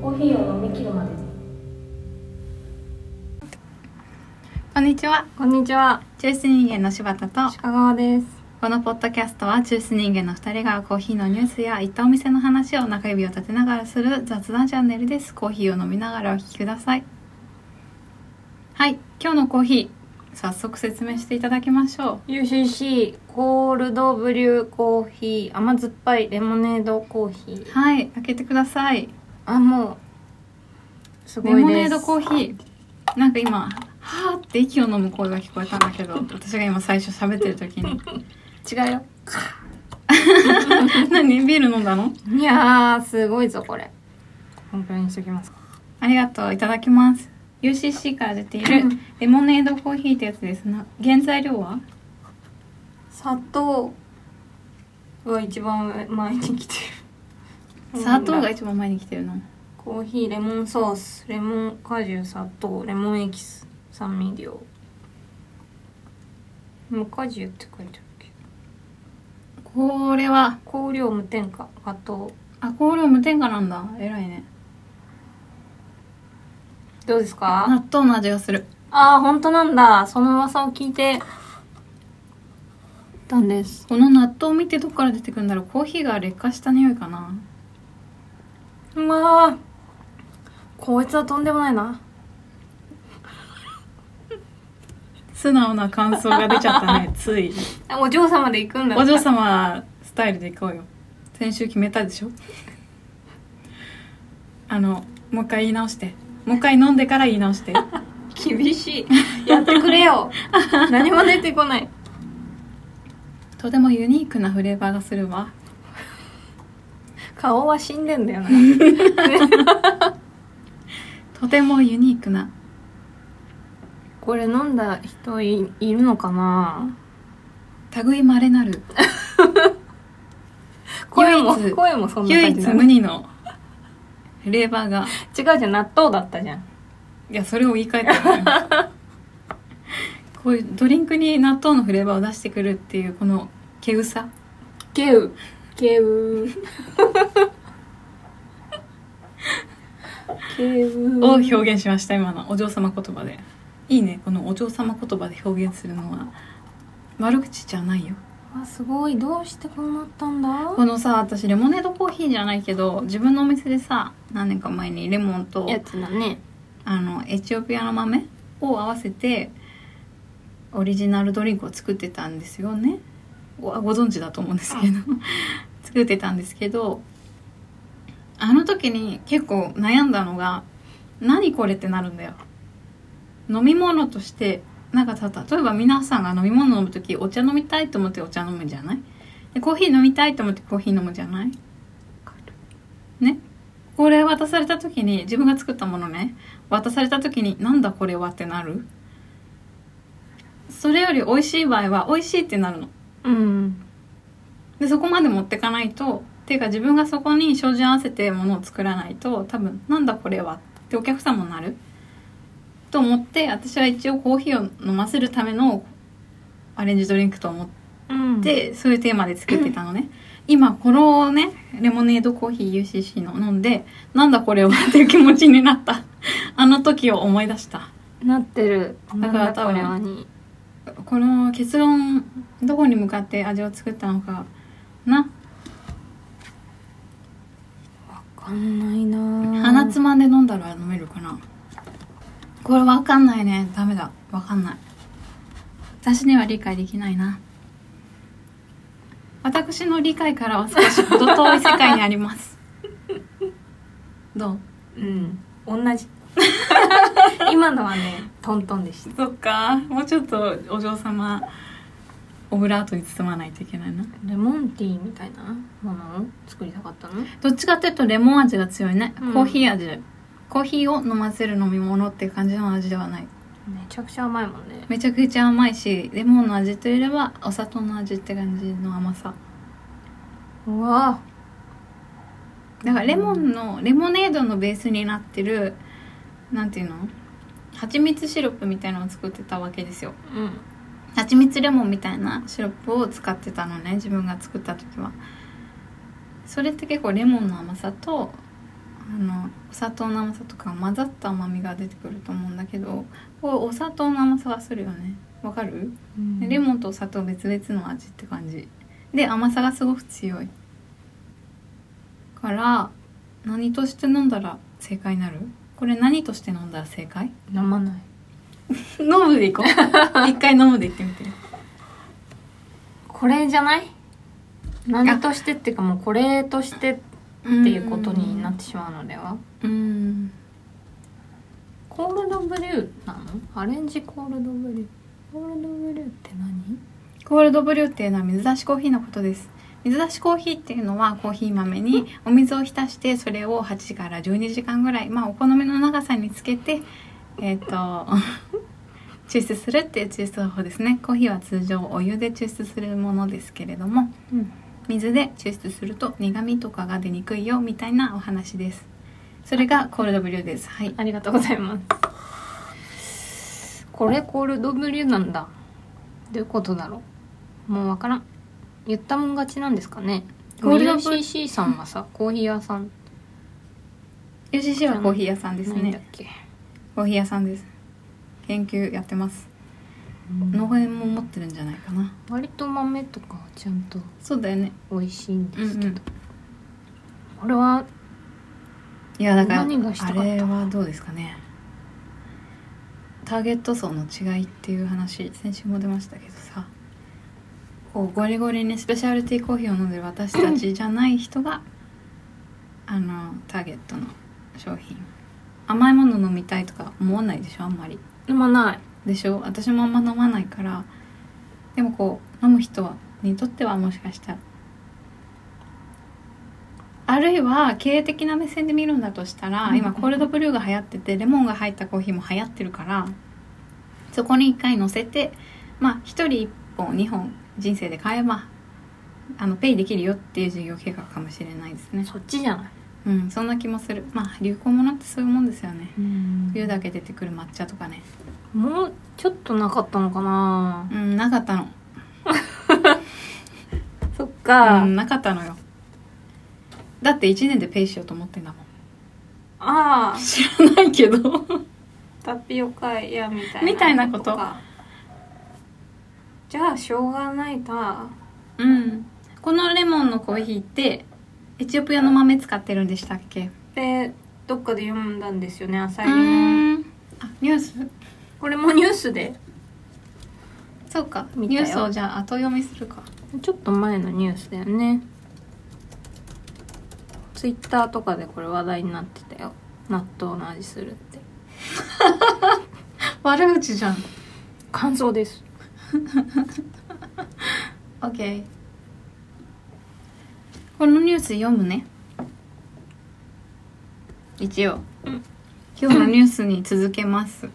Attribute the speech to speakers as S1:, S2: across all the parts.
S1: コーヒーを飲み切るまで
S2: こんにちは
S1: こんにちは
S2: ジュース人間の柴田と
S1: 鹿川です
S2: このポッドキャストはジュース人間の2人がコーヒーのニュースや行ったお店の話を中指を立てながらする雑談チャンネルですコーヒーを飲みながらお聞きくださいはい今日のコーヒー早速説明していただきましょ
S1: UCC コールドブリューコーヒー甘酸っぱいレモネードコーヒ
S2: う
S1: ー
S2: はい開けてください
S1: あもうすご
S2: レ
S1: いです
S2: モネードコーヒーなんか今はーって息を飲む声が聞こえたんだけど私が今最初喋ってる時に
S1: ー違うよ
S2: 何ビール飲んだの
S1: いやーすごいぞこれ本当にしときますか
S2: ありがとういただきます UCC から出ているレモネードコーヒーってやつですな原材料は
S1: 砂糖が一番前に来て る
S2: 砂糖が一番前に来てるの
S1: コーヒーレモンソースレモン果汁砂糖レモンエキス酸味料無果汁って書いてあるけど
S2: これは
S1: 香料無添加加糖
S2: あ香料無添加なんだ偉いね
S1: どうですか
S2: 納豆の味がする
S1: ああ本当なんだその噂を聞いてたんです
S2: この納豆を見てどっから出てくるんだろうコーヒーが劣化した匂いかな
S1: うわーこいつはとんでもないな
S2: 素直な感想が出ちゃった ねつい
S1: あお嬢様で行くんだ
S2: お嬢様スタイルでいこうよ先週決めたでしょあのもう一回言い直してもう一回飲んでから言い直して
S1: 厳しいやってくれ よ何も出てこない
S2: とてもユニークなフレーバーがするわ
S1: 顔は死んでんだよな
S2: とてもユニークな
S1: これ飲んだ人いいるのかな
S2: 類まれなる
S1: 声も
S2: 唯一
S1: 声もそんな
S2: 唯
S1: 感じ
S2: 一
S1: なの
S2: 無二のフレーバーが
S1: 違うじゃん納豆だったじゃん
S2: いやそれを言い換えたよねこういうドリンクに納豆のフレーバーを出してくるっていうこのけうさ
S1: ゲウゲウゲウ
S2: を表現しました今のお嬢様言葉でいいねこのお嬢様言葉で表現するのは悪口じゃないよ
S1: あすごいどうしてこうなったんだ
S2: このさ私レモネードコーヒーじゃないけど自分のお店でさ何年か前にレモンと
S1: やつだね
S2: あのエチオピアの豆を合わせてオリジナルドリンクを作ってたんですよねごご存知だと思うんですけど 作ってたんですけどあの時に結構悩んだのが何これってなるんだよ飲み物としてなんかさ例えば皆さんが飲み物飲む時お茶飲みたいと思ってお茶飲むじゃないでコーヒー飲みたいと思ってコーヒー飲むじゃないねこれ渡された時に自分が作ったものね渡された時になんだこれはってなるそれより美味しい場合は美味しいってなるの
S1: うん
S2: でそこまで持ってかないとっていうか自分がそこに照準合わせてものを作らないと多分なんだこれはってお客さんもなると思って私は一応コーヒーを飲ませるためのアレンジドリンクと思って
S1: うん
S2: でそういうテーマで作ってたのね今このねレモネードコーヒー UCC の飲んでなんだこれはっていう気持ちになった あの時を思い出した
S1: なってる
S2: だから多分
S1: なんだこれはに
S2: この結論どこに向かって味を作ったのかな
S1: わかんないな
S2: 鼻つまんで飲んだら飲めるかなこれわかんないねダメだわかんない私には理解できないな私の理解からは少し程遠い世界にあります どう
S1: うん同 じ今のはねトントンでした
S2: そっかもうちょっとお嬢様オブラートに包まないといけないな
S1: レモンティーみたいなものを作りたかったの
S2: どっちかっていうとレモン味が強いね、
S1: うん
S2: コーヒー味コーヒーを飲ませる飲み物っていう感じの味ではない
S1: めちゃくちゃ甘いもんね
S2: めちゃくちゃ甘いしレモンの味といえばお砂糖の味って感じの甘さ
S1: うわ
S2: だからレモンのレモネードのベースになってるなんていうの蜂蜜シロップみたいなのを作ってたわけですよ
S1: うん
S2: 蜂蜜レモンみたいなシロップを使ってたのね自分が作った時はそれって結構レモンの甘さとあのお砂糖の甘さとか混ざった甘みが出てくると思うんだけどこうお砂糖の甘さがするよねわかる、
S1: うん
S2: レモンとお砂糖別々の味って感じで甘さがすごく強いから何として飲んだら正解になるこれ何として飲んだら正解
S1: 飲まない
S2: 飲むでいこう 一回飲むでいってみて
S1: これじゃない何としてっていうかもうこれとしてっていうことになってしまうのでは
S2: うん
S1: コールドブリューなのアレンジコールドブリューコールドブリューって何
S2: コールドブリューっていうのは水出しコーヒーのことです水出しコーヒーっていうのはコーヒー豆にお水を浸してそれを8時から12時間ぐらいまあお好みの長さにつけてえっ、と 抽出するっていう抽出方法ですねコーヒーは通常お湯で抽出するものですけれども
S1: うん
S2: 水で抽出すると苦味とかが出にくいよみたいなお話ですそれがコールドブリューですはい
S1: ありがとうございますこれコールドブリューなんだどういうことだろうもうわからん言ったもん勝ちなんですかね
S2: コールドブリュー
S1: UCC さんはさコーヒー屋さん
S2: UCC はコーヒー屋さんです
S1: なんだっ
S2: ね
S1: け
S2: コーヒー屋さんです研究やってます農園も持ってるんじゃないかな
S1: 割と豆とかはちゃんと
S2: そうだよね
S1: 美味しいん
S2: う
S1: で
S2: んう
S1: すけど、
S2: ん
S1: これはい
S2: やだから
S1: 何がしたかった
S2: あれはどうですかねターゲット層の違いっていう話先週も出ましたけどさこうゴリゴリにスペシャルティーコーヒーを飲んでる私たちじゃない人 があのターゲットの商品甘いもの飲みたいとか思わないでしょあんまり
S1: 飲まない
S2: でしょ私もあんま飲まないからでもこう飲む人はにとってはもしかしたらあるいは経営的な目線で見るんだとしたら、
S1: うん
S2: 今コールドブルーが流行っててレモンが入ったコーヒーも流行ってるからそこに一回乗せてまあ1人1本2本人生で買えばあのペイできるよっていう事業計画かもしれないですね
S1: そっちじゃない
S2: うんそんな気もするまあ流行ものってそういうもんですよね冬
S1: だ
S2: だけ出てくる抹茶とかね
S1: もうちょっとなかったのかな
S2: うんなかったの
S1: そっ
S2: うん、なかったのよだって1年でペイしようと思ってんだもん
S1: ああ
S2: 知らないけ ど
S1: タピオカ屋みたいな
S2: みたいなこと
S1: かじゃあしょうがないか
S2: うんこのレモンのコーヒーってエチオピアの豆使ってるんでしたっけ
S1: でどっかで読んだんですよね朝
S2: う
S1: 日の
S2: ーんあニュース
S1: これもニュースで
S2: そうか
S1: 見
S2: ニ
S1: た
S2: ュ
S1: よ
S2: ースをじゃあ後読みするか
S1: ちょっと前のニュースだよねツイッターとかでこれ話題になってたよ納豆の味するって
S2: 悪口じゃん
S1: 感想です
S2: OK このニュース読むね一応、
S1: うん
S2: 今日のニュースに続けます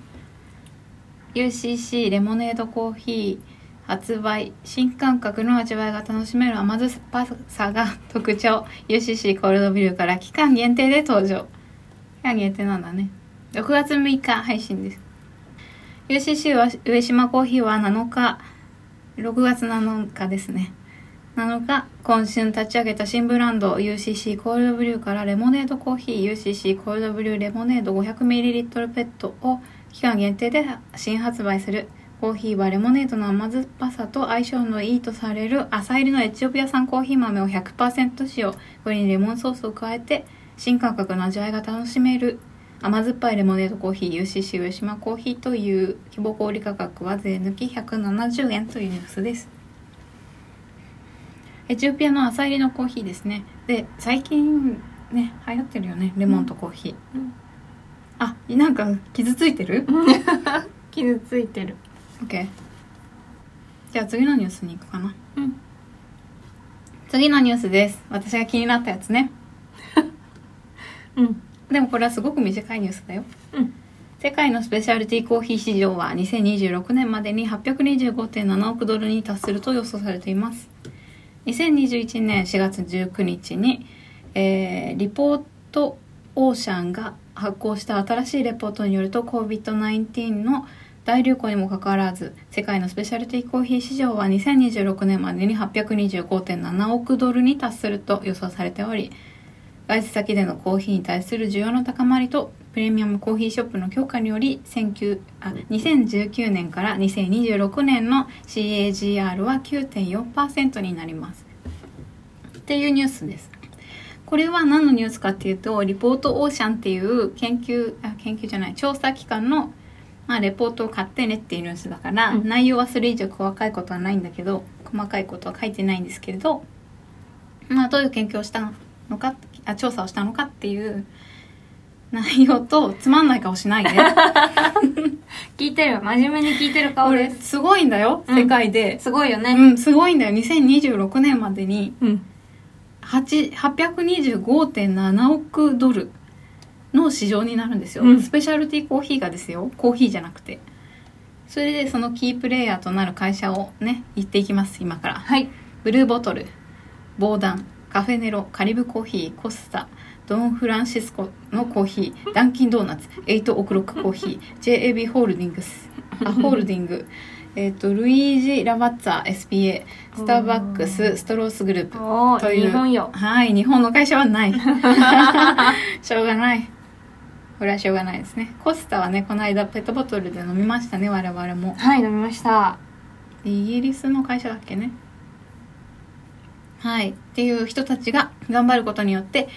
S2: UCC レモネードコーヒー発売新感覚の味わいが楽しめる甘酸っぱさが特徴 UCC コールドビューから期間限定で登場期間限定なんだね6月6日配信です UCC は上島コーヒーは7日6月7日ですね7日今春立ち上げた新ブランド UCC コールドブリューからレモネードコーヒー UCC コールドブリューレモネード 500ml ペットを期間限定で新発売するコーヒーはレモネードの甘酸っぱさと相性のいいとされる朝入りのエチオピア産コーヒー豆を100%使用これにレモンソースを加えて新感覚の味わいが楽しめる甘酸っぱいレモネードコーヒー UCC 上島コーヒーという希望小売価格は税抜き170円というニュースですエチオピアの朝入りのコーヒーですねで最近ね流行ってるよねレモンとコーヒー、
S1: うん
S2: あなんか傷ついてる
S1: 傷ついてる
S2: OK じゃあ次のニュースに行くかな
S1: うん
S2: 次のニュースです私が気になったやつね
S1: うん
S2: でもこれはすごく短いニュースだよ
S1: うん
S2: 世界のスペシャルティコーヒー市場は2026年までに825.7億ドルに達すると予想されています2021年4月19日に、えーリポートオーシャンが発行した新しいレポートによると COVID-19 の大流行にもかかわらず世界のスペシャルティーコーヒー市場は2026年までに825.7億ドルに達すると予想されており外出先でのコーヒーに対する需要の高まりとプレミアムコーヒーショップの強化により19あ2019年から2026年の CAGR は9.4%になりますっていうニュースですこれは何のニュースかっていうとリポートオーシャンっていう研究あ研究じゃない調査機関の、まあ、レポートを買ってねっていうニュースだから、
S1: うん
S2: 内容はそれ以上細かいことはないんだけど細かいことは書いてないんですけれど、まあ、どういう研究をしたのかあ調査をしたのかっていう内容とつまんない顔しないで
S1: 聞いてる真面目に聞いてる 顔
S2: 俺
S1: です
S2: すごいんだよ世界で、
S1: すごいよ
S2: う
S1: ね
S2: んすごいんだよ2026年までに
S1: うん
S2: 8 825.7億ドルの市場になるんですよ、
S1: うん
S2: スペシャルティコーヒーがですよコーヒーじゃなくてそれでそのキープレイヤーとなる会社をね言っていきます今から
S1: はい
S2: ブルーボトルボーダンカフェネロカリブコーヒーコスタドン・フランシスコのコーヒーダンキンドーナツエイト・オクロックコーヒー JAB ホールディングス あホールディングえっ、とルイージ・ラバッツァ SPA スターバックスストロースグループ
S1: お
S2: と
S1: ー
S2: いう
S1: 日本よ
S2: はい日本の会社は ないしょうがないこれはしょうがないですねコスタはねこの間ペットボトルで飲みましたね我々も
S1: はい飲みました
S2: イギリスの会社だっけねはいっていう人たちが頑張ることによって、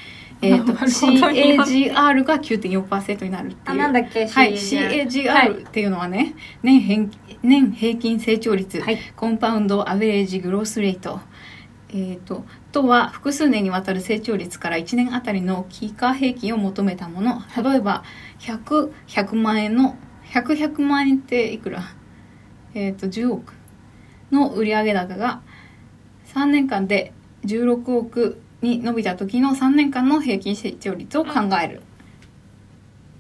S2: えー、と
S1: 頑張ること
S2: CAGR が9.4%になるって
S1: あ
S2: いう
S1: なんだっけ
S2: はい、
S1: はい
S2: CAGR っていうのはね年平年平均成長率、
S1: はい
S2: コンパウンドアベレージグロースレート、えー、ととは複数年にわたる成長率から1年あたりの期間平均を求めたもの例えば100100万円の100100万円っていくらえー、と10億の売上高が3年間で16億に伸びた時の3年間の平均成長率を考える、っ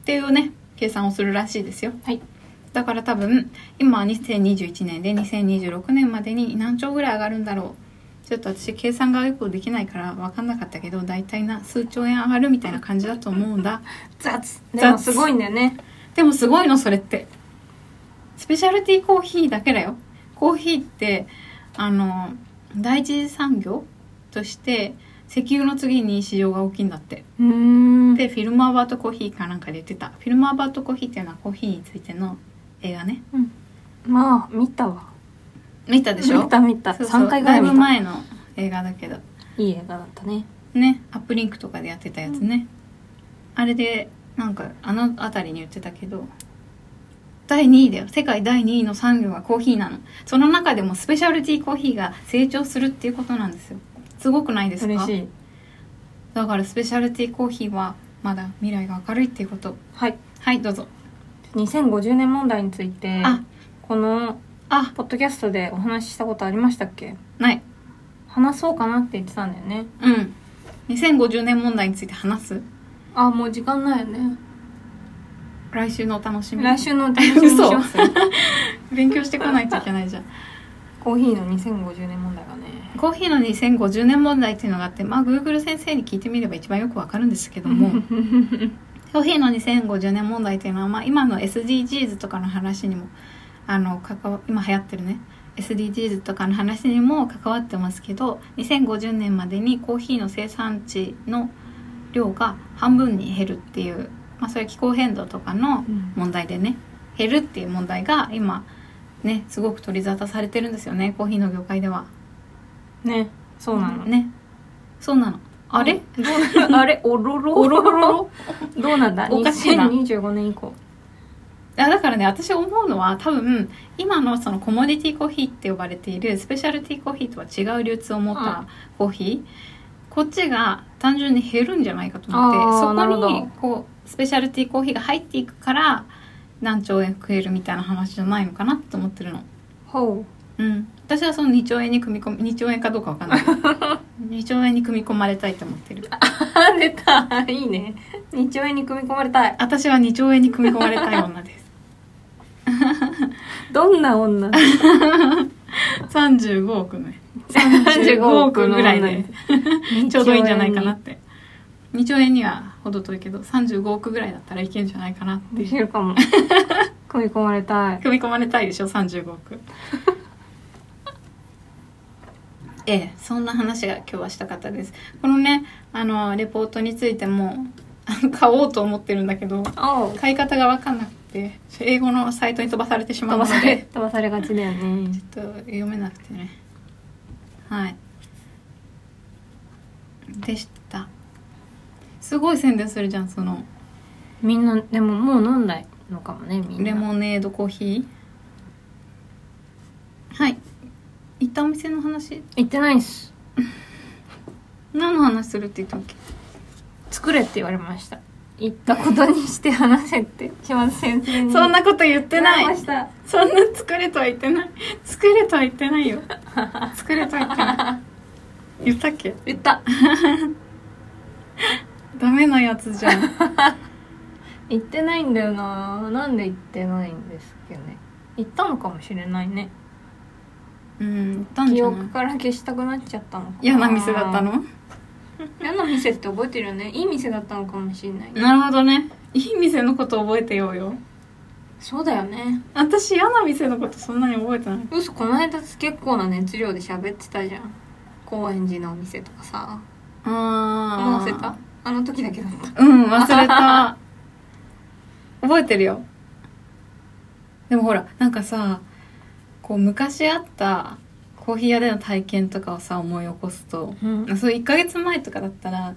S2: ていうね計算をするらしいですよ
S1: はい
S2: だから多分今は2021年で2026年までに何兆ぐらい上がるんだろうちょっと私計算がよくできないから分かんなかったけど大体な数兆円上がるみたいな感じだと思うんだ
S1: 雑でもすごいんだよね
S2: でもすごいのそれってスペシャルティーコーヒーだけだよコーヒーってあの第一次産業として石油の次に市場が大きいんだって
S1: うーん
S2: でフィルムアバートコーヒーかなんかで言ってたフィルムアバートコーヒーっていうのはコーヒーについての映画ね
S1: まあ見たわ
S2: 見たでしょ
S1: 見た見た
S2: そうそう
S1: 3回ぐらい
S2: だい
S1: 見
S2: ぶ
S1: た
S2: 前の映画だけど
S1: いい映画だったね
S2: ねアップリンクとかでやってたやつね、あれでなんかあの辺りに言ってたけど第2位だよ世界第2位の産業がコーヒーなのその中でもスペシャルティーコーヒーが成長するっていうことなんですよすごくないですか
S1: 嬉しい
S2: だからスペシャルティーコーヒーはまだ未来が明るいっていうこと
S1: はい
S2: はいどうぞ
S1: 2050年問題について
S2: あ
S1: この
S2: あ
S1: ポッドキャストでお話ししたことありましたっけ
S2: ない
S1: 話そうかなって言ってたんだよね
S2: うん2050年問題について話す
S1: あもう時間ないよね
S2: 来週のお楽しみ
S1: 来週のお楽しみにします
S2: 勉強してこないといけないじゃん
S1: コーヒーの2050年問題がね
S2: コーヒーの2050年問題っていうのがあってまあ Google 先生に聞いてみれば一番よくわかるんですけどもコーヒーの2050年問題っていうのは、まあ、今の SDGs とかの話にもあの関わ今流行ってるね SDGs とかの話にも関わってますけど2050年までにコーヒーの生産地の量が半分に減るっていう、まあ、それは気候変動とかの問題でね減るっていう問題が今ねすごく取り沙汰されてるんですよねコーヒーの業界では。
S1: ねそうなの
S2: ねそうなのあれ
S1: どう あれおろろ
S2: おろろろ
S1: どうなんだ
S2: おかしいな
S1: 2025年以降
S2: あだからね私思うのは多分今のそのコモディティコーヒーって呼ばれているスペシャルティコーヒーとは違う流通を持っ
S1: う
S2: たコーヒー、こっちが単純に減るんじゃないかと思
S1: あーな
S2: っ
S1: る
S2: てそ
S1: ほど
S2: こにこうスペシャルティコーヒーが入っていくから何兆円増えるみたいな話じゃないのかなって思ってるの。
S1: ほ
S2: うん、私はその2兆円に組み込み2兆円かどうかわか んない2兆円に組み込まれたいと思ってる
S1: う 出たいいね2兆円に組み込まれたい
S2: 私は2兆円に組み込まれたい女です
S1: どんな女
S2: 35億ね
S1: 35
S2: 35
S1: 億
S2: 億
S1: の
S2: ぐらい
S1: 女
S2: でちょうどいいんじゃないかなって2兆円にはほど遠いけど35億ぐらいだったらいけんじゃないかなって
S1: できるか も組み込まれたい
S2: 組み込まれたいでしょ35億 ええそんな話が今日はしたかったですこのねあのレポートについても あの買おうと思ってるんだけど
S1: お
S2: 買い方が分かんなくて英語のサイトに飛ばされてしま
S1: 飛
S2: うの
S1: ばされ
S2: で
S1: 飛ばされがちだよね
S2: ちょっと読めなくてねはいでしたすごい宣伝するじゃんその
S1: みんなでももう飲んだのかもねみんな
S2: レモネードコーヒーはい行ったお店の話
S1: 行ってないっす
S2: 何の話するって言ったっけ
S1: 作れって言われました行ったことにして話せって島津先生に
S2: そんなこと言ってな
S1: 言われ
S2: い
S1: ました
S2: そんな作れとは言ってない作れとは言ってないよ作れとは言ってない言ったっけ
S1: 言った
S2: ダメなやつじゃん
S1: 行ってないんだよななんで行ってないんですっけどね行ったのかもしれないね
S2: うん言ったん
S1: 記
S2: じゃ
S1: 憶
S2: ない
S1: から消したくなっちゃったのか
S2: 嫌な店だったの
S1: 嫌な店って覚えてるよねいい店だったのかもしれない、
S2: なるほどねいい店のこと覚えてようよ
S1: そうだよね
S2: 私嫌な店のことそんなに覚えてない
S1: 嘘この間結構な熱量で喋ってたじゃん高円寺のお店とかさ
S2: あ
S1: もう忘れたあの時だけだった
S2: うん忘れた 覚えてるよでもほらなんかさこう昔あったコーヒー屋での体験とかをさ思い起こすと、
S1: うん
S2: そう1ヶ月前とかだったら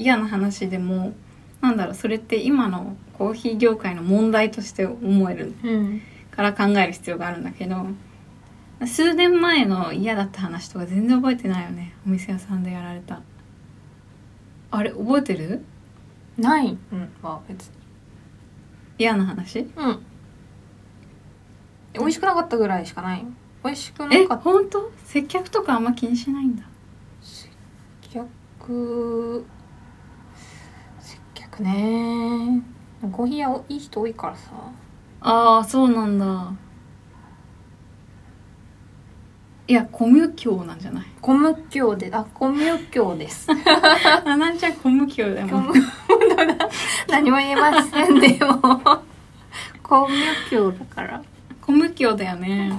S2: 嫌な話でもなんだろうそれって今のコーヒー業界の問題として思える
S1: うん
S2: から考える必要があるんだけど数年前の嫌だった話とか全然覚えてないよねお店屋さんでやられたあれ覚えてる
S1: ないうんは別に
S2: 嫌な話
S1: うん美味しくなかったぐらいしかないよ美味しく
S2: え
S1: なかった
S2: 本当接客とかあんま気にしないんだ
S1: 接客接客ねコーヒー屋いい人多いからさ
S2: ああそうなんだいやコミュ教なんじゃない
S1: 小無教であ小無教です
S2: あなんちゃんコミュ教だ
S1: 小
S2: もん
S1: 無 何も言えませんで も小無教だから
S2: コミュ教だよね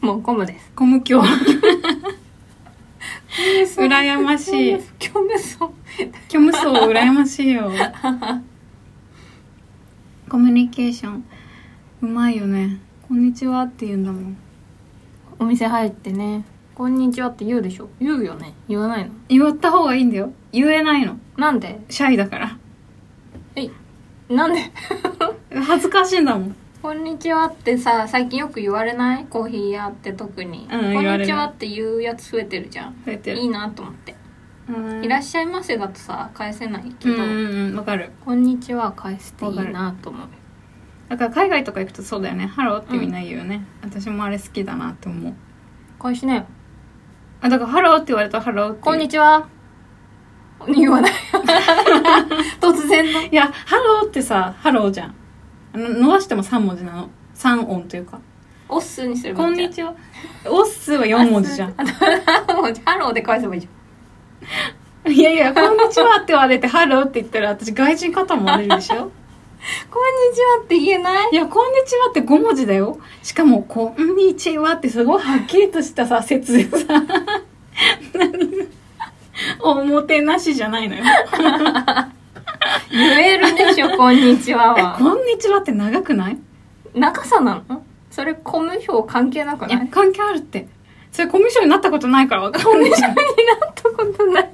S1: もうコムです
S2: コム教羨ましい
S1: 虚無そう
S2: 虚無層羨ましい よコミュニケーションうまいよね「こんにちは」って言うんだもん
S1: お店入ってね「こんにちは」って言うでしょ言うよね言わないの
S2: 言った方がいいんだよ言えないの
S1: なんで
S2: シャイだから
S1: なんで
S2: 恥ずかしいんだもん
S1: こんにちはってさ最近よく言われないコーヒー屋って特に、
S2: うん言われ
S1: こ
S2: る
S1: んにちはって言うやつ増えてるじゃん
S2: そうやって
S1: いいなと思って、
S2: うん
S1: いらっしゃいませだとさ返せないけ
S2: うん
S1: ど、
S2: うんうんわかる
S1: こんにちは返していいなと思う
S2: だから海外とか行くとそうだよね「ハロー」ってみんな言うよね、私もあれ好きだなって思う
S1: 返しなよ
S2: あだから「ハロー」って言われたら「ハロー」って
S1: こんに
S2: ち
S1: ちは言わない 突然の
S2: はいや「ハロー」ってさ「ハロー」じゃんあの伸ばしても3文字なの3音というか
S1: オッスーにす
S2: 「
S1: れば
S2: こ
S1: い
S2: ん
S1: いじゃ
S2: にちは」オッスは4文字じゃん
S1: んハローで返せばいいじ
S2: いやいや、こんにちはって言われて、ハローって言ったら、私外人かと思われるでしょ
S1: ゃんこんにちはって言えな い
S2: いや、こんにちはって5文字だよ。しかも、こんにちはってすごいはっきりとしたさ、説で さ、何おもてなしじゃないのよ。
S1: 言えるでしょ こんにちは
S2: え、
S1: は
S2: こんにちはって長くない
S1: 長さなのそれコム表関係なく
S2: い
S1: ない
S2: や、関係あるって。それコミュ障になったことないからわかんないじゃん。
S1: ったことない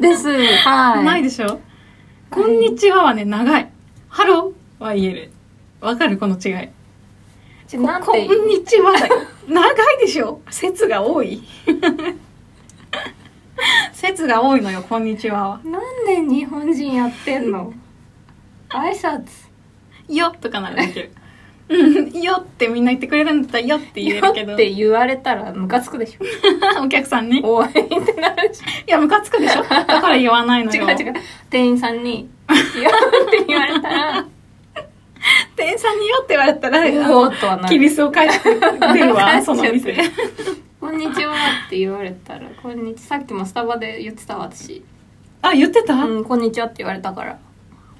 S1: ですはい
S2: ないでしょこんにちははね、長い。ハローは言える。わかるこの違い。
S1: じゃあなん
S2: こ
S1: て
S2: んにちはだよ 長いでしょ説が多い 説が多いのよこんにちはは
S1: なんで日本人やってんの挨拶
S2: よとかならできるうんよってみんな言ってくれるんだったらよって言えるけど
S1: よって言われたらムカつくでしょ
S2: お客さんに
S1: おいってなるし
S2: いやムカつくでしょだから言わないの
S1: 違
S2: よ
S1: う違う店員さんに「いや」って言われたら
S2: 店員さんによって言われたら
S1: うおーとはなる
S2: キリスを返して出る
S1: 返
S2: わ
S1: しちゃ
S2: そ
S1: って
S2: の店
S1: 「こんにちは」って言われたら「こんにちは」さっきもスタバで言ってたわ私
S2: あ言ってた、
S1: 「うんこんにちは」って言われたから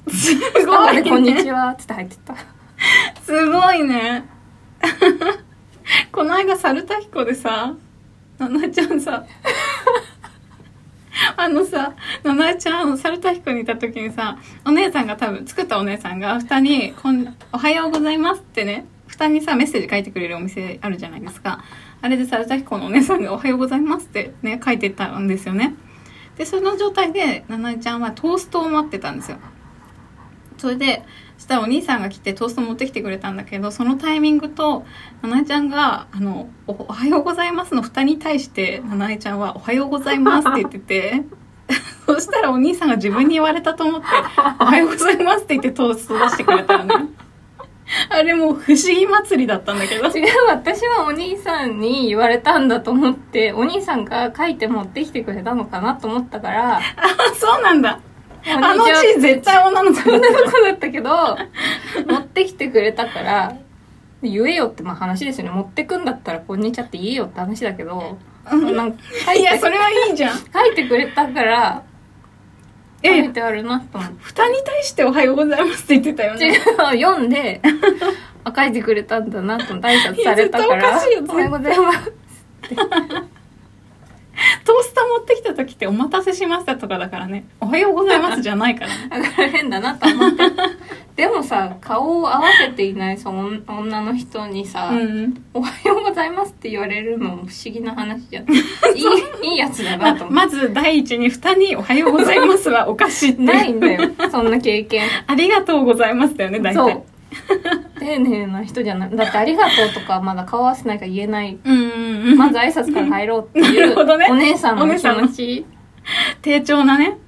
S1: すごい、こんにちはつって入ってった。
S2: すごいね この間猿田彦でさななちゃんさ あのさななちゃん猿田彦にいた時にさお姉さんが多分作ったお姉さんが2人こん「おはようございます」ってね2人さメッセージ書いてくれるお店あるじゃないですかあれで猿田彦のお姉さんが「おはようございます」ってね書いてたんですよねでその状態でななちゃんはトーストを待ってたんですよそれでそしたらお兄さんが来てトースト持ってきてくれたんだけどそのタイミングとななえちゃんが「あのおおはようございます」の2人に対してななえちゃんは「おはようございます」って言ってて そしたらお兄さんが自分に言われたと思って「おはようございます」って言ってトースト出してくれたのねあれもう不思議祭りだったんだけど
S1: 違う、私はお兄さんに言われたんだと思って、お兄さんが書いて持ってきてくれたのかなと思った から、
S2: あそうなんだあの
S1: こんにちは
S2: 字絶対女の子だ っ
S1: 女の子だったけど、持ってきてくれたから、言えよってまあ話ですよね。持ってくんだったらこんにちはって言えよって話だけど、
S2: たうん
S1: なんか書い
S2: いや
S1: て
S2: それはいいじゃん
S1: 書いてくれたから、書
S2: え
S1: いてあるなと思って。
S2: 2人に対して「おはようございます」って言ってたよね
S1: 違う、読んで、あ、書いてくれたんだなと思って挨拶されたか
S2: いや
S1: ら
S2: 絶対おかしいよ、絶対
S1: おはようございます。
S2: トースター持ってきた時って「お待たせしました」とかだからね「おはようございます」じゃないからね
S1: だから変だなと思ってでもさ顔を合わせていないその女の人にさ、
S2: うん
S1: おはようございます」って言われるのも不思議な話じ ゃんいいいいやつだな
S2: ま
S1: と思って、
S2: まず第一に「二人おはようございます」はおかしいっていう
S1: ないんだよそんな経験
S2: ありがとうございますだよね大
S1: そ
S2: 体
S1: う丁寧な人じゃないだって「ありがとう」とかまだ顔合わせないから言えない
S2: うんうんうん
S1: まず挨拶から入ろう って
S2: な
S1: いう
S2: るほどね
S1: お姉さん
S2: お
S1: の
S2: 姉
S1: 気
S2: さんの
S1: 持ち
S2: 丁重なね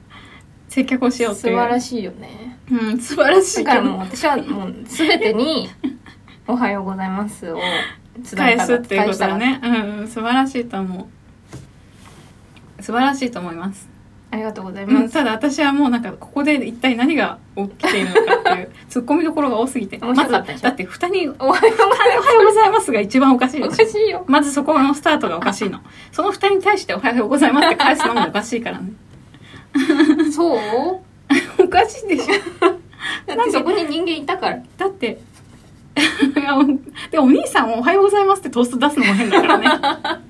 S2: 接客をしよう
S1: 素
S2: っていう
S1: 晴ら
S2: し
S1: しいよね
S2: い、うん、素晴らし
S1: だ
S2: い
S1: か
S2: け
S1: らもう
S2: ど
S1: 私はもう全てに 「おはようございます」を伝え
S2: 返
S1: た
S2: す
S1: ら
S2: っていうこと
S1: 返したら
S2: だねうんうん素晴らしいと思う素晴らしいと思います
S1: ありがとうござい
S2: うん
S1: ます。
S2: ただ私はもうなんかここで一体何が起きているのかっていう ツッコミどころが多すぎてま
S1: 面白
S2: ず
S1: か
S2: だ
S1: ったでしょ
S2: って2人
S1: おは
S2: お
S1: よ
S2: はようございますが一番おかしいでし
S1: う。お
S2: ょ
S1: かしいよ。
S2: まずそこのスタートがおかしいのその2人に対して「おはようございます」って返すのもおかしいからね
S1: そう
S2: おかしいでしょ
S1: だってそこに人間いたから。
S2: だって でお兄さんも「おはようございます」ってトースト出すのも変だから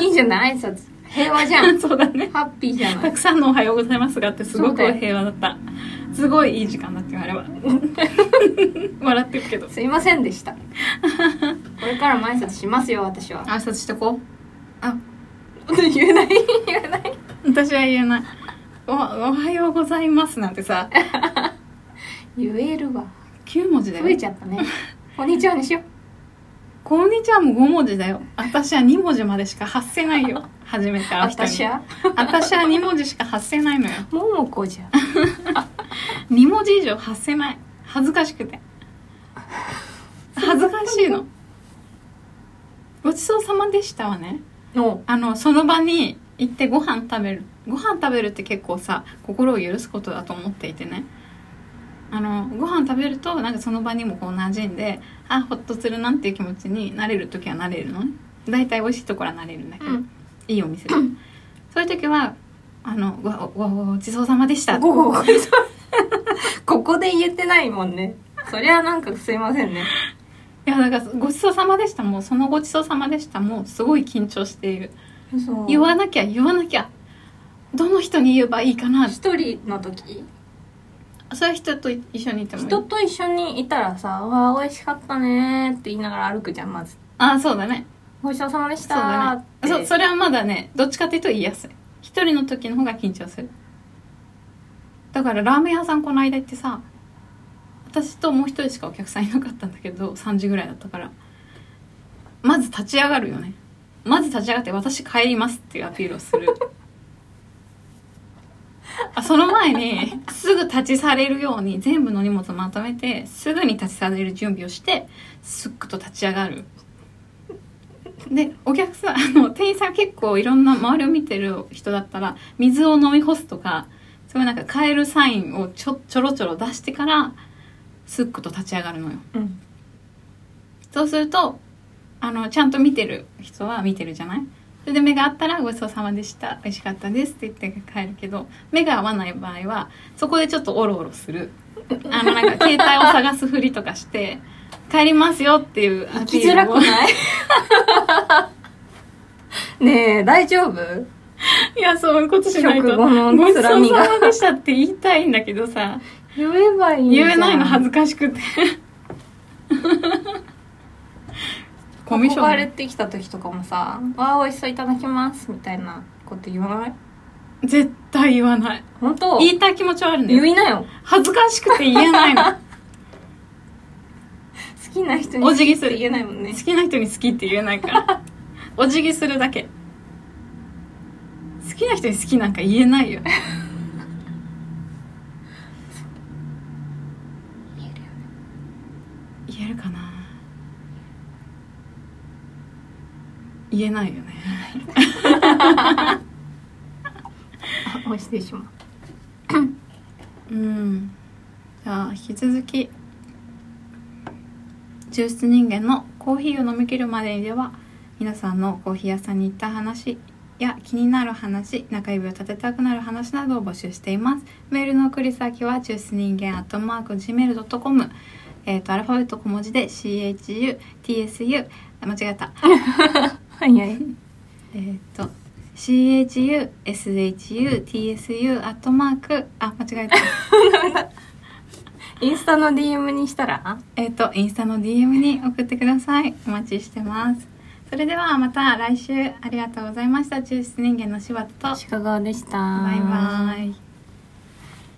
S1: いいじゃない挨拶。平和じゃん
S2: ね。 そうだね
S1: ハッピーじゃな
S2: た
S1: い
S2: く。さんの「おはようございます」があってすご
S1: そう
S2: く
S1: だよ
S2: 平和だったすごいいい時間だって言われば 笑ってるけど
S1: すいませんでした。これからも挨拶しますよ、私は。
S2: 挨拶してこうあ
S1: 言えない言えない
S2: 私は言えないお「おはようございます」なんてさ
S1: 言えるわ。
S2: 9文字だよ
S1: 増えちゃったね。こんにちはにしよう。
S2: こんにちはも5文字だよ私は2文字までしか発せないよ初めて会う人に
S1: 私は、
S2: 私は2文字しか発せないのよ
S1: ももこじゃん。
S2: 2文字以上発せない恥ずかしくて恥ずかしいのごちそうさまでしたわね
S1: の、
S2: あのその場に行ってご飯食べるご飯食べるって結構さ心を許すことだと思っていてねあのご飯食べるとなんかその場にもこう馴染んであホッとするなんていう気持ちになれる時はなれるのね大体美味しいところはなれるんだけ
S1: う
S2: ど、
S1: ん。
S2: いいお 店でそういう時はあのごごごごちそうさまでした
S1: ごごごここで言えてないもんね。そりゃなんかすいませんね。
S2: いやだからごちそうさまでしたもうそのごちそうさまでしたもうすごい緊張している
S1: そう
S2: 言わなきゃ言わなきゃどの人に言えばいいかな
S1: 一人の時
S2: そういう人と一緒にいてもいい
S1: 人と一緒にいたらさ「わあ美味しかったね」って言いながら歩くじゃんまず
S2: ああそうだね
S1: 「ごちそうさまでし
S2: そう
S1: た」
S2: だ
S1: っ
S2: ね
S1: て
S2: そそれはまだねどっちかっていうと言いやすい一人の時の方が緊張するだからラーメン屋さんこの間行ってさ私ともう一人しかお客さんいなかったんだけど3時ぐらいだったからまず立ち上がるよねまず立ち上がって「私帰ります」っていうアピールを するあその前にすぐ立ち去れるように全部の荷物まとめてすぐに立ち去れる準備をしてすっくと立ち上がるでお客さん あの店員さん結構いろんな周りを見てる人だったら水を飲み干すとかそういうなんか買えるサインをちょちょろちょろ出してからすっくと立ち上がるのよ
S1: うん
S2: そうするとあのちゃんと見てる人は見てるじゃないそれで目が合ったら「ごちそうさまでした美味しかったです」って言って帰るけど目が合わない場合はそこでちょっとオロオロするあのなんか携帯を探すふりとかして「帰りますよ」っていう
S1: 生きづらく ないねえ大丈夫
S2: いやそういうことしないと
S1: 食後の
S2: ごちそうさ
S1: 辛みが
S2: までした」って言いたいんだけどさ
S1: 言えばいいじゃ
S2: 言
S1: ん
S2: えないの恥ずかしくてコミュ
S1: 憧れ
S2: 障
S1: てきた時とかもさ「わあ美味しそういただきます」みたいなこと言わない
S2: 絶対言わない
S1: 本当
S2: 言いたい気持ちはあるんだよ
S1: 言いなよ
S2: 恥ずかしくて言えないの
S1: 好きな人に
S2: お辞儀する
S1: 言えないも んね
S2: 好きな人に好きって言えないから お辞儀するだけ好きな人に好きなんか言えないよ
S1: 言えるよね
S2: 言えるかな言えないよね
S1: あ美味しいでしょ
S2: うんじゃあ引き続き抽出人間のコーヒーを飲み切るまでにでは皆さんのコーヒー屋さんに行った話や気になる話中指を立てたくなる話などを募集していますメールの送り先は抽出人間アットマーク Gmail.com えっ、とアルファベット小文字で CHUTSU あ間違えた
S1: はいはい
S2: えーっと CHUSHUTSU アットマークあ間違えた
S1: インスタの DM にしたら
S2: えっ、と、インスタの DM に送ってください。お待ちしてます。それではまた来週ありがとうございました。抽出人間の柴田と、
S1: 鹿川でした
S2: バイバイ。